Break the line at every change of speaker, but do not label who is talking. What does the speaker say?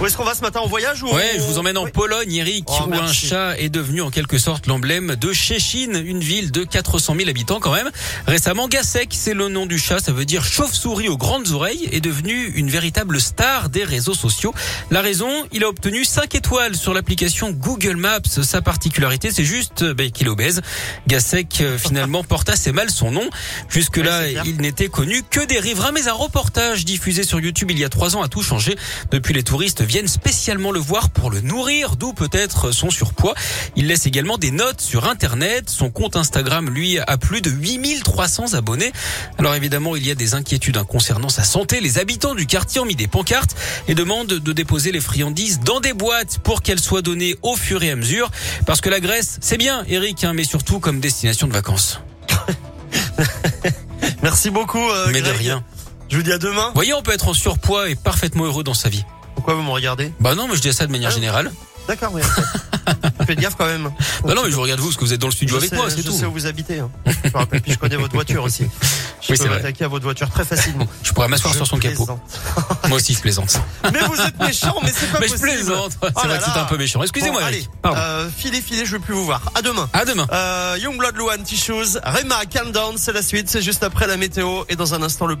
Où est-ce qu'on va ce matin en voyage ou
Ouais,
on-
je vous emmène en
Oui.
Pologne, Eric,
Oh,
où un
merci.
chat est devenu en quelque sorte l'emblème de Chéchine, une ville de 400 000 habitants quand même. Récemment, Gasek, c'est le nom du chat, ça veut dire chauve-souris aux grandes oreilles, est devenu une véritable star des réseaux sociaux. La raison, il a obtenu 5 étoiles sur l'application Google Maps. Sa particularité, c'est juste euh, ben, qu'il est obèse. Gasek, euh, finalement, porte assez mal son nom. Jusque-là,
Ouais, c'est clair.
il n'était connu que des riverains, mais un reportage diffusé sur YouTube il y a trois ans a tout changé. Depuis, les touristes viennent spécialement le voir pour le nourrir, d'où peut-être son surpoids. Il laisse également des notes sur Internet. Son compte Instagram, lui, a plus de 8300 abonnés. Alors évidemment, il y a des inquiétudes hein, concernant sa santé. Les habitants du quartier ont mis des pancartes et demandent de déposer les friandises dans des boîtes pour qu'elles soient données au fur et à mesure. Parce que la Grèce, c'est bien, Eric, hein, mais surtout comme destination de vacances.
Merci beaucoup. euh,
mais de
Greg.
rien.
Je vous dis à demain.
Voyez, on peut être en surpoids et parfaitement heureux dans sa vie.
Pourquoi vous me regardez
Bah non, mais je dis ça de manière
Ah.
générale.
D'accord, oui. ok. Faites gaffe quand même.
Bah non, mais je vous regarde vous, parce que vous êtes dans le studio
je
avec
sais,
moi, c'est
je
tout.
sais où vous habitez. hein. Je me rappelle, puis je connais votre voiture aussi. Je
Oui, c'est
peux
vrai.
m'attaquer à votre voiture très facilement.
Je pourrais m'asseoir
Je
sur son capot.
plaisante.
Moi aussi, je plaisante.
Mais vous êtes méchant, mais c'est pas
mais je
possible.
plaisante. C'est
Oh là
vrai que c'était
là.
un peu méchant. Excusez-moi,
Bon,
Eric.
allez,
Pardon.
euh, filez, filez, je veux plus vous voir. À demain.
À demain.
Euh, Youngblood Luan T-Shoes, Rema Calm Down, c'est la suite, c'est juste après la météo et dans un instant le